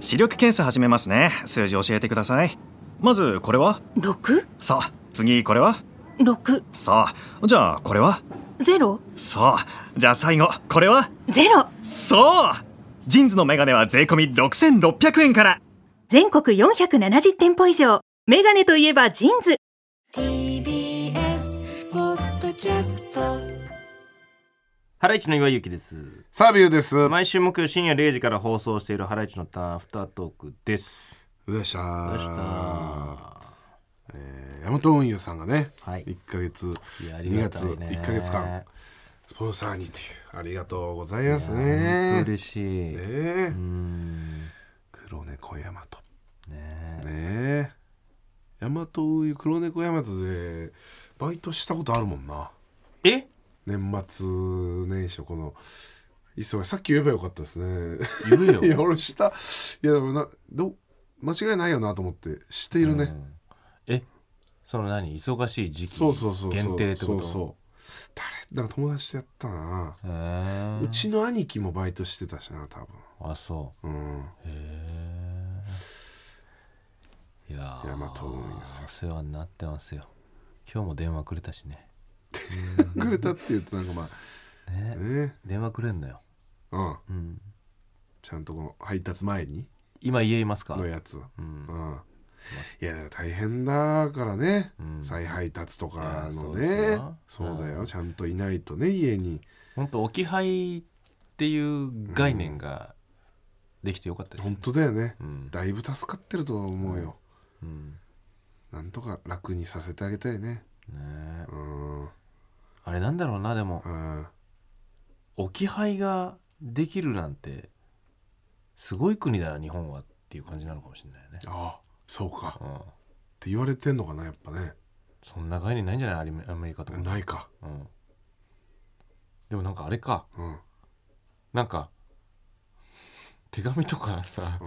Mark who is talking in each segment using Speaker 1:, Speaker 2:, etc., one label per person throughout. Speaker 1: 視力検査始めますね数字教えてくださいまずこれは
Speaker 2: 6?
Speaker 1: さあ次これは
Speaker 2: 6
Speaker 1: さあじゃあこれは
Speaker 2: ゼロ
Speaker 1: さあじゃあ最後これは
Speaker 2: ゼロ
Speaker 1: そうジンズのメガネは税込み6600円から
Speaker 2: 全国470店舗以上メガネといえばジーンズ
Speaker 3: TBS ポッドキャスト
Speaker 4: ハライチの岩井ゆきです。
Speaker 5: サービューです。どう
Speaker 4: 毎週木曜深夜0時から放送しているハライチのターンアフタートークです。
Speaker 5: でした
Speaker 4: どうした
Speaker 5: ヤマト運輸さんがね、
Speaker 4: はい
Speaker 5: 1か月、
Speaker 4: いやあり
Speaker 5: 2
Speaker 4: が
Speaker 5: 月、
Speaker 4: たいね
Speaker 5: 1か月間、スポンサーにという、ありがとうございます
Speaker 4: 本
Speaker 5: ね
Speaker 4: 当。嬉しい。
Speaker 5: ね
Speaker 4: うん。
Speaker 5: 黒猫ヤマト。
Speaker 4: ね
Speaker 5: ねえ。ヤマト運輸、黒猫ヤマトで、バイトしたことあるもんな。
Speaker 4: ええ
Speaker 5: 年末年始のこの、忙しいさっき言えばよかったですね。
Speaker 4: 言えよ
Speaker 5: いや、俺した、いや、でもな、ど、間違いないよなと思って、しているね。
Speaker 4: えその何忙しい時期
Speaker 5: そうそうそうそ
Speaker 4: 限
Speaker 5: う
Speaker 4: 定ってこと
Speaker 5: そうそう誰なんか友達とやったな、
Speaker 4: へー
Speaker 5: うちの兄貴もバイトしてたしな多
Speaker 4: あそ
Speaker 5: 分うん
Speaker 4: ういやー
Speaker 5: 大和運輸さ
Speaker 4: お世話になってますよ今日も電話くれたしね
Speaker 5: んくれたって言うとなんかまあ
Speaker 4: ね
Speaker 5: ね
Speaker 4: 電話くれんのよ
Speaker 5: うん
Speaker 4: うん
Speaker 5: ちゃんとこの配達前に
Speaker 4: 今家いますか
Speaker 5: のやつうん
Speaker 4: ん
Speaker 5: いやだから大変だからね、
Speaker 4: うん
Speaker 5: 再配達とか
Speaker 4: いや
Speaker 5: の
Speaker 4: そうです
Speaker 5: ね
Speaker 4: よ
Speaker 5: そうだよちゃんといないとね家に
Speaker 4: 本当置き配っていう概念ができてよかったです、
Speaker 5: 本当だよね、
Speaker 4: ん
Speaker 5: だいぶ助かってると思うよ、
Speaker 4: うん
Speaker 5: なんとか楽にさせてあげたいね
Speaker 4: ねえ
Speaker 5: うん
Speaker 4: あれなんだろうなでも
Speaker 5: うん
Speaker 4: 置き配ができるなんてすごい国だな日本はっていう感じなのかもしれないよね、
Speaker 5: あそうか
Speaker 4: うん、
Speaker 5: って言われてんのかなやっぱね
Speaker 4: そんな概念ないんじゃないアリメアメリカとか、
Speaker 5: ないか
Speaker 4: うん、でもなんかあれか
Speaker 5: うんうん
Speaker 4: なんか 手紙とかさ、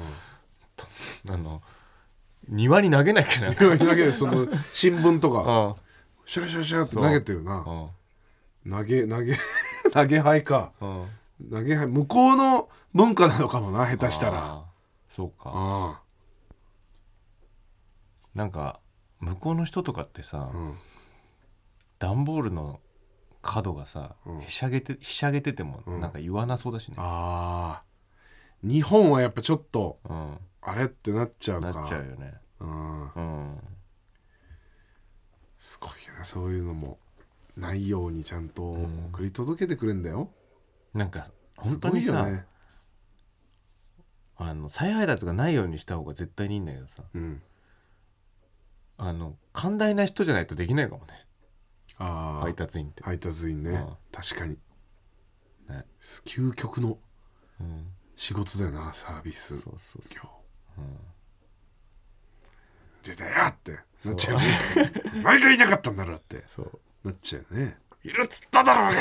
Speaker 4: あの庭に投げなき ゃな
Speaker 5: 投げるそ の新聞と
Speaker 4: あ
Speaker 5: かシュラシュラシュラって投げてるな
Speaker 4: あ
Speaker 5: 投げ投げ投げ灰か
Speaker 4: うん
Speaker 5: 投げ灰向こうの文化なのかもな下手したら
Speaker 4: あーそうか
Speaker 5: あ
Speaker 4: なんか向こうの人とかってさ、
Speaker 5: ん
Speaker 4: 段ボールの角がさ、
Speaker 5: うん
Speaker 4: ひしゃげてひしゃげてても
Speaker 5: ん
Speaker 4: なんか言わなそうだしね、
Speaker 5: あー日本はやっぱちょっと
Speaker 4: うん
Speaker 5: あれってなっちゃうか
Speaker 4: なっちゃうよね、
Speaker 5: うん
Speaker 4: うん、
Speaker 5: すごいよなそういうのもないようにちゃんと送り届けてくれんだよ、
Speaker 4: なんか
Speaker 5: す
Speaker 4: 本当
Speaker 5: ご
Speaker 4: に
Speaker 5: いよ
Speaker 4: さ、
Speaker 5: ね
Speaker 4: あの再配達がないようにした方が絶対にいいんだけどさ
Speaker 5: うん
Speaker 4: あの寛大な人じゃないとできないかもね
Speaker 5: ああ
Speaker 4: 配達員って、
Speaker 5: 配達員ね、
Speaker 4: うん
Speaker 5: 確かに、
Speaker 4: ね
Speaker 5: 究極の
Speaker 4: うん、
Speaker 5: 仕事だよなサービス
Speaker 4: そうそうそう
Speaker 5: 今日出たやってなっちゃうね 毎回いなかったんだろうって
Speaker 4: そう
Speaker 5: なっちゃうね
Speaker 4: いるっつっただろう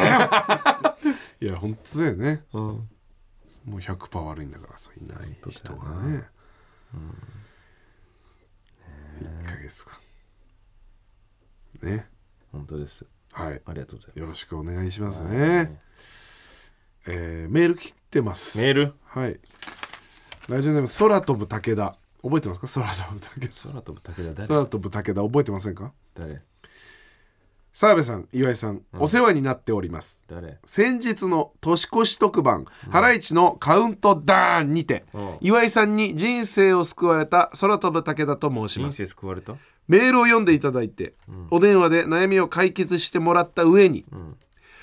Speaker 4: がよ、
Speaker 5: いや本当だよね
Speaker 4: うん、
Speaker 5: もう100%悪いんだからさいない人がね、一1ヶ月間ね
Speaker 4: 本当です
Speaker 5: はい
Speaker 4: ありがとうござい
Speaker 5: よ
Speaker 4: ま
Speaker 5: ろしくお願いしますね、
Speaker 4: す、
Speaker 5: えーメール切ってます
Speaker 4: メール
Speaker 5: はいラジオネーム空飛ぶ武田覚えてますか空飛ぶ武田
Speaker 4: 空飛ぶ武田誰
Speaker 5: 空飛ぶ武田覚えてませんか
Speaker 4: 誰
Speaker 5: 澤部さん岩井さん、お世話になっております
Speaker 4: 誰
Speaker 5: 先日の年越し特番「ハライチのカウントダウン」にて、
Speaker 4: うん
Speaker 5: 岩井さんに人生を救われた空飛ぶ武田と申しま
Speaker 4: 人
Speaker 5: す
Speaker 4: 生救われた
Speaker 5: メールを読んでいただいて、お電話で悩みを解決してもらった上に、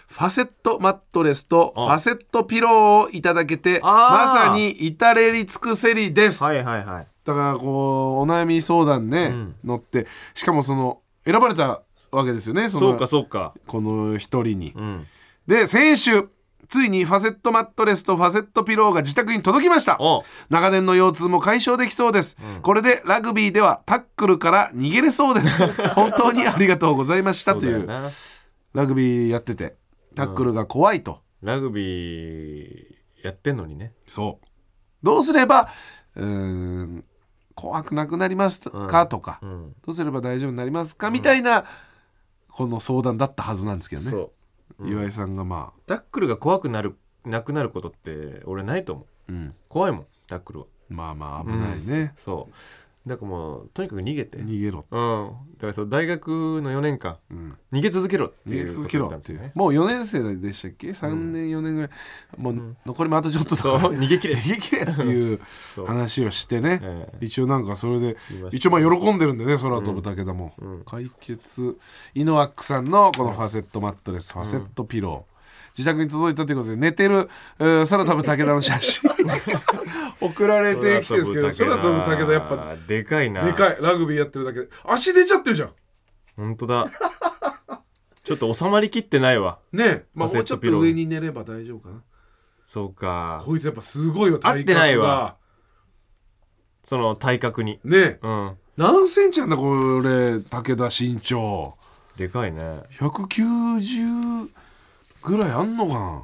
Speaker 5: ファセットマットレスとファセットピローをいただけてま
Speaker 4: あー
Speaker 5: さに至れり尽くせりです、
Speaker 4: はいはいはい
Speaker 5: だからこうお悩み相談ね、乗ってしかもその選ばれたわけですよねその
Speaker 4: そうかそうか
Speaker 5: この一人に、
Speaker 4: ん
Speaker 5: で先週ついにファセットマットレスとファセットピローが自宅に届きました
Speaker 4: お
Speaker 5: 長年の腰痛も解消できそうです、これでラグビーではタックルから逃げれそうです 本当にありがとうございましたと
Speaker 4: そうだ
Speaker 5: い
Speaker 4: よ
Speaker 5: う
Speaker 4: な
Speaker 5: ラグビーやっててタックルが怖いと、
Speaker 4: ラグビーやってんのにね
Speaker 5: そうどうすればうーん怖くなくなりますかとか、
Speaker 4: ん
Speaker 5: どうすれば大丈夫になりますかみたいな、この相談だったはずなんですけどね、
Speaker 4: そう
Speaker 5: 岩井さんがまあ
Speaker 4: タックルが怖くなるなくなることって俺ないと思う、
Speaker 5: うん
Speaker 4: 怖いもんタックルは
Speaker 5: まあまあ危ないね、
Speaker 4: そうだからもうとにかく逃げて、うん、
Speaker 5: 逃げろ
Speaker 4: だからそう大学の4年間、
Speaker 5: ん
Speaker 4: 逃げ続けろって
Speaker 5: 逃
Speaker 4: い
Speaker 5: げ
Speaker 4: う
Speaker 5: 続けろ
Speaker 4: ことだ
Speaker 5: ったて
Speaker 4: ん
Speaker 5: い
Speaker 4: ですよ
Speaker 5: う
Speaker 4: ね
Speaker 5: もう4年生でしたっけ3年4年ぐらいもう、残りもあとちょっとだ
Speaker 4: そう
Speaker 5: から
Speaker 4: 逃げ切れ
Speaker 5: 逃げ切れっていう
Speaker 4: う
Speaker 5: 話をしてね、
Speaker 4: ええ
Speaker 5: 一応なんかそれで
Speaker 4: いました
Speaker 5: 一応まあ喜んでるんでね空飛ぶ武田も、解決イノワックさんのこのファセットマットレス、ファセットピロー、自宅に届いたということで寝てる、えー空飛ぶ武田の 写真送られてきてるんですけど空飛ぶ武田やっぱ
Speaker 4: でかいな
Speaker 5: でかいラグビーやってるだけで足出ちゃってるじゃん
Speaker 4: 本当だ ちょっと収まりきってないわ
Speaker 5: ねえ、まあ、
Speaker 4: ファ
Speaker 5: も
Speaker 4: セ
Speaker 5: う
Speaker 4: ッ
Speaker 5: ちょ
Speaker 4: ト
Speaker 5: っ
Speaker 4: ピロー
Speaker 5: と上に寝れば大丈夫かな
Speaker 4: そうか
Speaker 5: こいつやっぱすごいわ
Speaker 4: 合ってないわ
Speaker 5: 体
Speaker 4: その体格に
Speaker 5: 格がねえ
Speaker 4: うん
Speaker 5: 何センチなんだこれ武田身長
Speaker 4: でかいね
Speaker 5: 190ぐらいあんのかな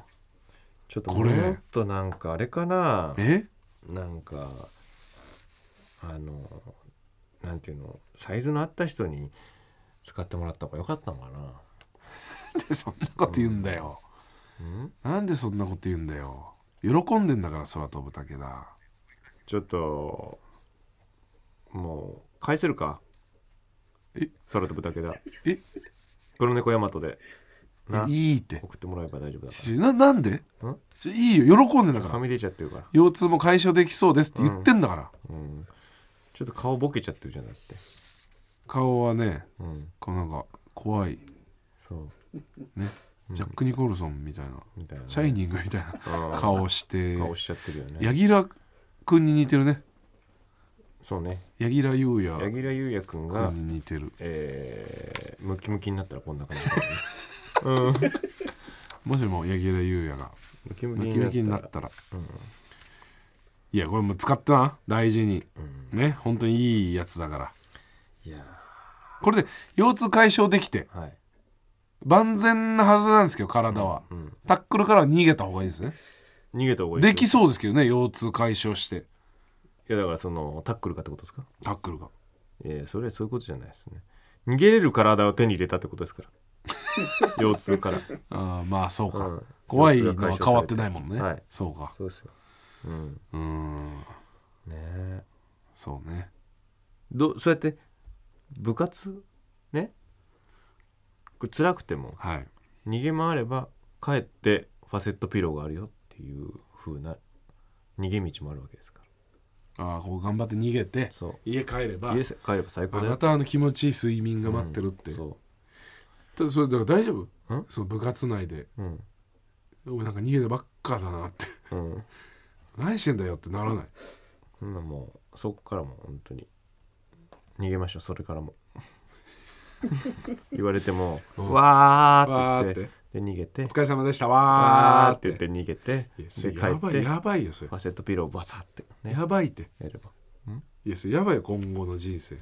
Speaker 4: ちょっと
Speaker 5: これ
Speaker 4: もっとなんかあれかな
Speaker 5: え
Speaker 4: なんかあのなんていうのサイズの合った人に使ってもらった方が良かったのかな
Speaker 5: なんでそんなこと言うんだよ、なんでそんなこと言うんだよ喜んでんだから空飛ぶ武田
Speaker 4: ちょっともう返せるか
Speaker 5: え
Speaker 4: 空飛ぶだけだ
Speaker 5: え
Speaker 4: 黒猫大和でない
Speaker 5: いって
Speaker 4: 送ってもらえば大丈夫だか
Speaker 5: ちななんでちいいよ喜んでんだか
Speaker 4: は
Speaker 5: らら
Speaker 4: み出ちゃってるから
Speaker 5: 腰痛も解消できそうですって言ってんだから、
Speaker 4: ちょっと顔ボケちゃってるじゃなくて
Speaker 5: 顔はね
Speaker 4: うん
Speaker 5: こうなんか怖い
Speaker 4: そう
Speaker 5: ジャック・ニコルソンみたいな、
Speaker 4: みたいなね
Speaker 5: シャイニングみたいな顔をして
Speaker 4: 顔しちゃってるよね
Speaker 5: 柳楽君に似てるね
Speaker 4: そうね
Speaker 5: 柳楽優弥
Speaker 4: 柳楽優弥君が
Speaker 5: 君に似てる
Speaker 4: えームキムキになったらこんな感じ
Speaker 5: もしも柳楽優弥が
Speaker 4: ムキム
Speaker 5: ム
Speaker 4: キ
Speaker 5: キムキ
Speaker 4: に
Speaker 5: に
Speaker 4: な
Speaker 5: な
Speaker 4: っ
Speaker 5: った
Speaker 4: ら
Speaker 5: たら、いやこれもう使ってな大事に、ね本当にいいやつだから
Speaker 4: いや
Speaker 5: これで腰痛解消できて
Speaker 4: ーはい
Speaker 5: 万全なはずなんですけど体は、タックルからは逃げた方がいいですね
Speaker 4: 逃げた方がいい
Speaker 5: でき
Speaker 4: い
Speaker 5: そうですけどね腰痛解消して
Speaker 4: やだからそのタックルかってことですか
Speaker 5: タックルが
Speaker 4: いやいやそれはそういうことじゃないですね逃げれる体を手に入れたってことですから 腰痛から
Speaker 5: あーまあそうか、
Speaker 4: うん
Speaker 5: 怖いのは変わってないもんね、
Speaker 4: はい
Speaker 5: そうか
Speaker 4: そうですようん
Speaker 5: うーん
Speaker 4: ねえ
Speaker 5: そうね
Speaker 4: どそうやって部活ねこれ辛くても
Speaker 5: はい
Speaker 4: 逃げ回れば帰ってファセットピローがあるよっていう風な逃げ道もあるわけですから
Speaker 5: ああこう頑張って逃げて
Speaker 4: そう
Speaker 5: 家帰れば
Speaker 4: 家帰れば最
Speaker 5: あ
Speaker 4: 高だよ
Speaker 5: なたの気持ちいい睡眠が待ってるって、
Speaker 4: そ
Speaker 5: ただそれだから大丈夫
Speaker 4: ん
Speaker 5: その部活内で
Speaker 4: ううん
Speaker 5: 俺なんか逃げてばっかだなって
Speaker 4: うん
Speaker 5: 何してんだよってならない
Speaker 4: そんなもうそこからもう本当に逃げましょうそれからも 言われても「わー」って言って
Speaker 5: わ
Speaker 4: で逃げて
Speaker 5: お疲れ様でし
Speaker 4: 「
Speaker 5: たわ
Speaker 4: わ
Speaker 5: ー
Speaker 4: ー」っ
Speaker 5: ってて
Speaker 4: 言って逃げて
Speaker 5: い
Speaker 4: で
Speaker 5: や
Speaker 4: 帰
Speaker 5: そ
Speaker 4: っ
Speaker 5: れ
Speaker 4: て
Speaker 5: やばいや
Speaker 4: フ
Speaker 5: ばいよそれ
Speaker 4: ァセットピローをバサってね
Speaker 5: やばいって
Speaker 4: やれば
Speaker 5: いやそれやばいよ今後の人生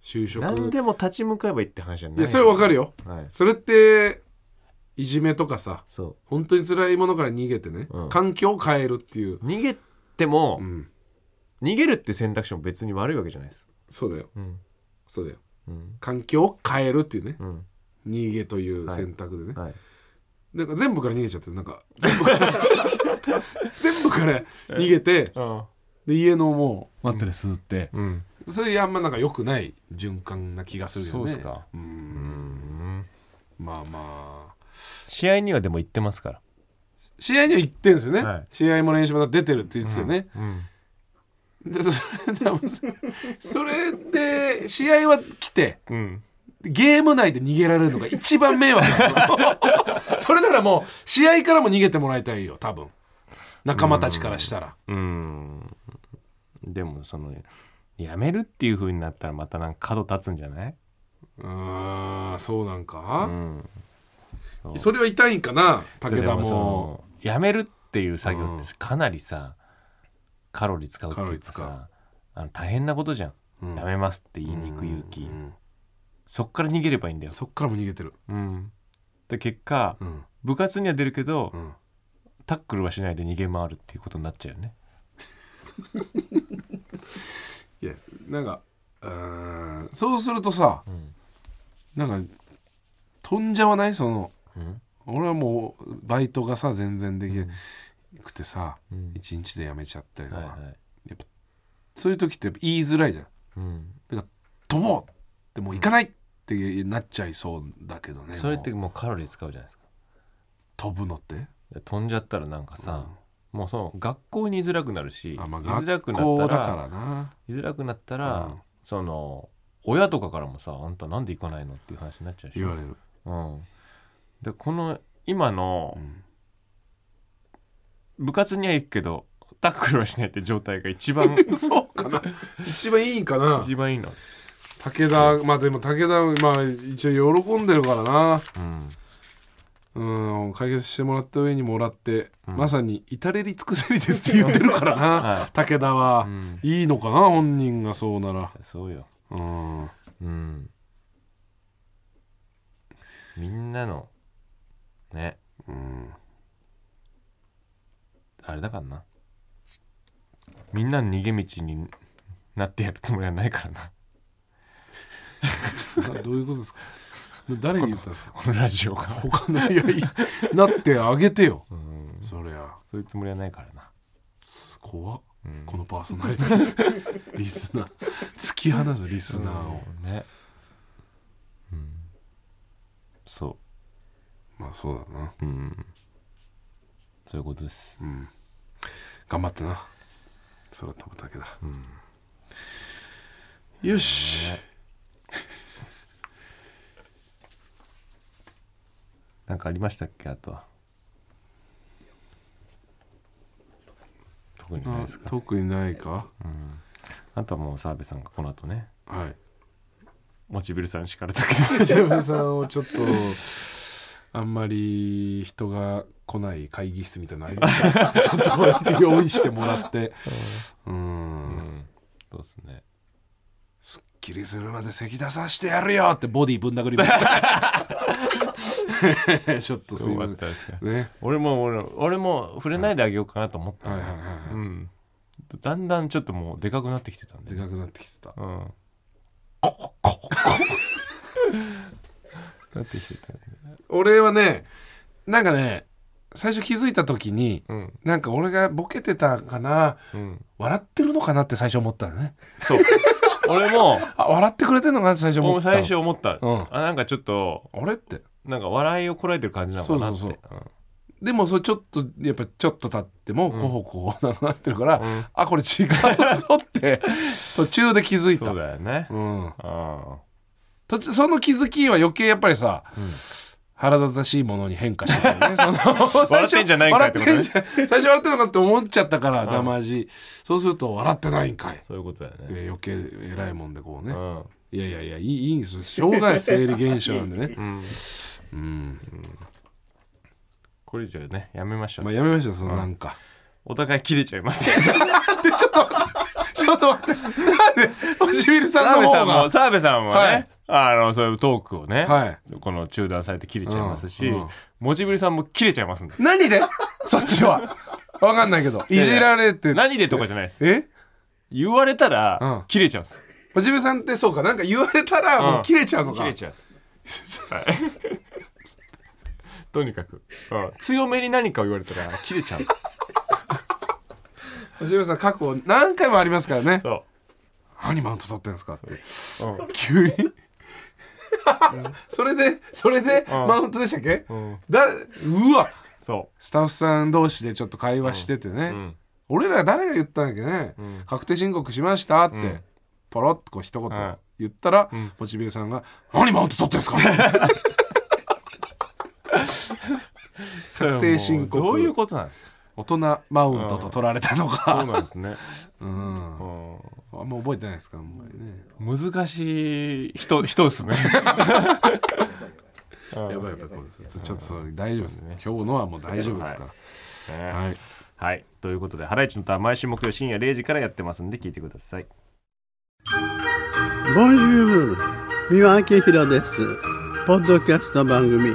Speaker 5: 就職
Speaker 4: 何でも立ち向かえばいいって話じゃない
Speaker 5: いやそれわかるよ
Speaker 4: はい
Speaker 5: それっていじめとかさ
Speaker 4: そ
Speaker 5: 本当に辛いものから逃げてね、
Speaker 4: うん
Speaker 5: 環境を変えるっていう
Speaker 4: う逃げても
Speaker 5: うん
Speaker 4: 逃げるって選択肢も別に悪いわけじゃないです
Speaker 5: そうだよ
Speaker 4: うん
Speaker 5: そうだよ
Speaker 4: うん
Speaker 5: 環境を変えるっていうね
Speaker 4: うん
Speaker 5: 逃げという選択でね、
Speaker 4: はい
Speaker 5: なんか全部から逃げちゃってるなんか全部から 全部から逃げてで家のもうマットレス吸って、
Speaker 4: うん
Speaker 5: それあんまなんか良くない循環な気がするよね
Speaker 4: そうっすか
Speaker 5: うんまあまあ
Speaker 4: 試合にはでも行ってますから
Speaker 5: 試合には行ってるんですよね、
Speaker 4: はい
Speaker 5: 試合も練習も出てるって言ってたよね、
Speaker 4: うん
Speaker 5: でそれでもそれそれで試合は来て
Speaker 4: うん
Speaker 5: ゲーム内で逃げられるのが一番迷惑なんです よそれならもう試合からも逃げてもらいたいよ多分仲間たちからしたら
Speaker 4: うーんでもそのやめるっていう風になったらまたなんか角立つんじゃないう
Speaker 5: ーんそうなんか、
Speaker 4: ん
Speaker 5: それは痛いんかな武
Speaker 4: で
Speaker 5: 田
Speaker 4: もそ
Speaker 5: も
Speaker 4: のやめるっていう作業っ
Speaker 5: う
Speaker 4: てかなりさ、カロリー使うって
Speaker 5: カロ
Speaker 4: い
Speaker 5: リ
Speaker 4: う
Speaker 5: ー
Speaker 4: か
Speaker 5: 使う
Speaker 4: さあの大変なことじゃん、
Speaker 5: うん
Speaker 4: やめますって言いに行く勇気、
Speaker 5: うん
Speaker 4: そっから逃げればいいんだよ、
Speaker 5: そっからも逃げてる
Speaker 4: うん、で結果、
Speaker 5: うん
Speaker 4: 部活には出るけど、
Speaker 5: うん
Speaker 4: タックルはしないで逃げ回るっていうことになっちゃうよね
Speaker 5: いやなんかうーんそうするとさ、なんか飛んじゃわないその、
Speaker 4: ん
Speaker 5: 俺はもうバイトがさ全然できなくてさ、一日で辞めちゃったりと
Speaker 4: は
Speaker 5: か、
Speaker 4: いはい
Speaker 5: やっぱそういう時って言いづらいじゃん
Speaker 4: うん、
Speaker 5: だから飛ぼうってもう行かないってなっちゃいそうだけどね
Speaker 4: それって
Speaker 5: もう
Speaker 4: もうカロリー使うじゃないですか
Speaker 5: 飛ぶのって
Speaker 4: 飛んじゃったらなんかさ、もうその学校に居づらくなるし、
Speaker 5: あまあ
Speaker 4: 居づらく
Speaker 5: 学
Speaker 4: なっ
Speaker 5: 校
Speaker 4: た
Speaker 5: だ
Speaker 4: ら
Speaker 5: からな
Speaker 4: 居づらくなったら、
Speaker 5: うん
Speaker 4: その親とかからもさあんたなんで行かないのっていう話になっちゃうし
Speaker 5: 言われる、
Speaker 4: うん、でこの今の
Speaker 5: うん
Speaker 4: 部活には行くけどタックルはしないって状態が一 番
Speaker 5: そうかな一番いいんかな
Speaker 4: 一番いいの、
Speaker 5: 武田まあでも武田はまあ一応喜んでるからな
Speaker 4: うん、
Speaker 5: うん解決してもらった上にもらって、
Speaker 4: うん
Speaker 5: まさに「至れり尽くせりです」って言ってるからな
Speaker 4: は
Speaker 5: 武田は、
Speaker 4: い、うん、
Speaker 5: いいのかな本人がそうなら
Speaker 4: そうよ、
Speaker 5: うん
Speaker 4: うん、みんなのね
Speaker 5: うん
Speaker 4: あれだからなみんなの逃げ道になってやるつもりはないからな
Speaker 5: ちょっとなどういうことですか誰に言ったんですか
Speaker 4: このラジオが、
Speaker 5: 他のいやいいなってあげてよ
Speaker 4: うん、
Speaker 5: そりゃ
Speaker 4: そういうつもりはないからな、
Speaker 5: す怖っ
Speaker 4: うん、
Speaker 5: このパーソナリティ リスナー突き放すリスナーを、
Speaker 4: うんね、うん、そ
Speaker 5: まあそうだな
Speaker 4: ううんそういうことです
Speaker 5: うん頑張ってな空飛ぶだけだ、よし、
Speaker 4: なんかありましたっけあとは特にないですか
Speaker 5: 特にないか、
Speaker 4: あとはもう澤部さんがこの後ね
Speaker 5: はい
Speaker 4: モチビルさん叱るだけです
Speaker 5: ジャムさんをちょっとあんまり人が来ない会議室みたいなのあります かちょっと用意してもらってう
Speaker 4: うんん そうですね
Speaker 5: すっきりするまで咳出さしてやるよってボディぶん殴りました ちょっとすいません
Speaker 4: よかったですね
Speaker 5: ね
Speaker 4: 俺も俺も俺も触れないであげようかなと思った
Speaker 5: はい
Speaker 4: の、
Speaker 5: はいはいはい
Speaker 4: うんだんだんちょっともうでかくなってきてたんで
Speaker 5: でかくなってきてた
Speaker 4: うん。なってきてたね。
Speaker 5: 俺はねなんかね最初気づいた時に
Speaker 4: うん。
Speaker 5: なんか俺がボケてたかな
Speaker 4: うん。
Speaker 5: 笑ってるのかなって最初思ったのね
Speaker 4: そう。俺も、
Speaker 5: あ笑ってくれてるのかなって最初
Speaker 4: も
Speaker 5: 思っ
Speaker 4: う
Speaker 5: た
Speaker 4: 最初思った。
Speaker 5: うん
Speaker 4: あ、なんかちょっと、
Speaker 5: あれって
Speaker 4: なんか笑いをこらえてる感じなのかなって。
Speaker 5: そうそうでもそれちょっとやっぱちょっと経っても
Speaker 4: うん
Speaker 5: こほこほなくなってるから、
Speaker 4: うん
Speaker 5: あこれ違うぞって途中で気づいた
Speaker 4: そうだよね。
Speaker 5: うん、
Speaker 4: あ
Speaker 5: 途中その気づきは余計やっぱりさ、
Speaker 4: ん
Speaker 5: 腹立たしいものに変化してたよね その
Speaker 4: 笑ってんじゃないんかいってことね
Speaker 5: 笑ってんじゃ最初笑ってんのかって思っちゃったからだまじそうすると笑ってないんかい
Speaker 4: そういうことだよね。
Speaker 5: で余計偉いもんでこ
Speaker 4: う
Speaker 5: うね、
Speaker 4: ん。
Speaker 5: いやいやいやいいいいんですよしょうがない生理現象なんでね
Speaker 4: うん。
Speaker 5: うん
Speaker 4: これ以上ね、やめましょう。
Speaker 5: まあやめましょうそのなんか、
Speaker 4: お互い切れちゃい ます。
Speaker 5: ちょっと待ってなんでおしびるさ
Speaker 4: 澤
Speaker 5: ん
Speaker 4: 部
Speaker 5: の
Speaker 4: さ
Speaker 5: 方
Speaker 4: ん
Speaker 5: が
Speaker 4: も、澤部さんも
Speaker 5: はい
Speaker 4: ね、あの、そういうトークをね、
Speaker 5: はい
Speaker 4: この中断されて切れちゃいますし
Speaker 5: うんうん、
Speaker 4: もちぶりさんも切れちゃいますんで。
Speaker 5: 何でそっちはわかんないけど
Speaker 4: や
Speaker 5: い
Speaker 4: いや
Speaker 5: じられて
Speaker 4: 何でとかじゃないです。
Speaker 5: え
Speaker 4: 言われた
Speaker 5: うん
Speaker 4: ら切れちゃうんです、
Speaker 5: おじめさんってそうかなんか言われたらもう切れちゃうのか、
Speaker 4: 切れちゃうんです はいとにかく、うん強めに何かを言われたら切れちゃうんです
Speaker 5: おじめさん過去何回もありますからね
Speaker 4: そ
Speaker 5: 何マウント取ってんですかって
Speaker 4: う、うん
Speaker 5: 急 にそれでそれで
Speaker 4: ん
Speaker 5: マウントでしたっけ、
Speaker 4: ん
Speaker 5: 誰うわ
Speaker 4: そ
Speaker 5: スタッフさん同士でちょっと会話しててね、
Speaker 4: う、うん、
Speaker 5: 俺ら誰が言ったんだっけね、確定申告しましたって、
Speaker 4: ん
Speaker 5: ポロッとこう一言
Speaker 4: はい
Speaker 5: 言ったら、
Speaker 4: ん
Speaker 5: モチベルさんが「何マウント取ってんすか?」 確定申告
Speaker 4: それはもうどういうことなん
Speaker 5: 大人マウントと取られたの
Speaker 4: そう
Speaker 5: か、
Speaker 4: なんですね、
Speaker 5: うん、
Speaker 4: うん
Speaker 5: あんま覚えてないですかあんまりね
Speaker 4: 難しい人人ですね
Speaker 5: やばいやばいこれちょっとそれ大丈夫ですね今日のはもう大丈夫ですから
Speaker 4: はい
Speaker 5: はい
Speaker 4: はいということで「ハライチのターン」毎週木曜深夜0時からやってますんで聞いてください
Speaker 6: ボンジュール三輪明宏ですポッドキャスト番組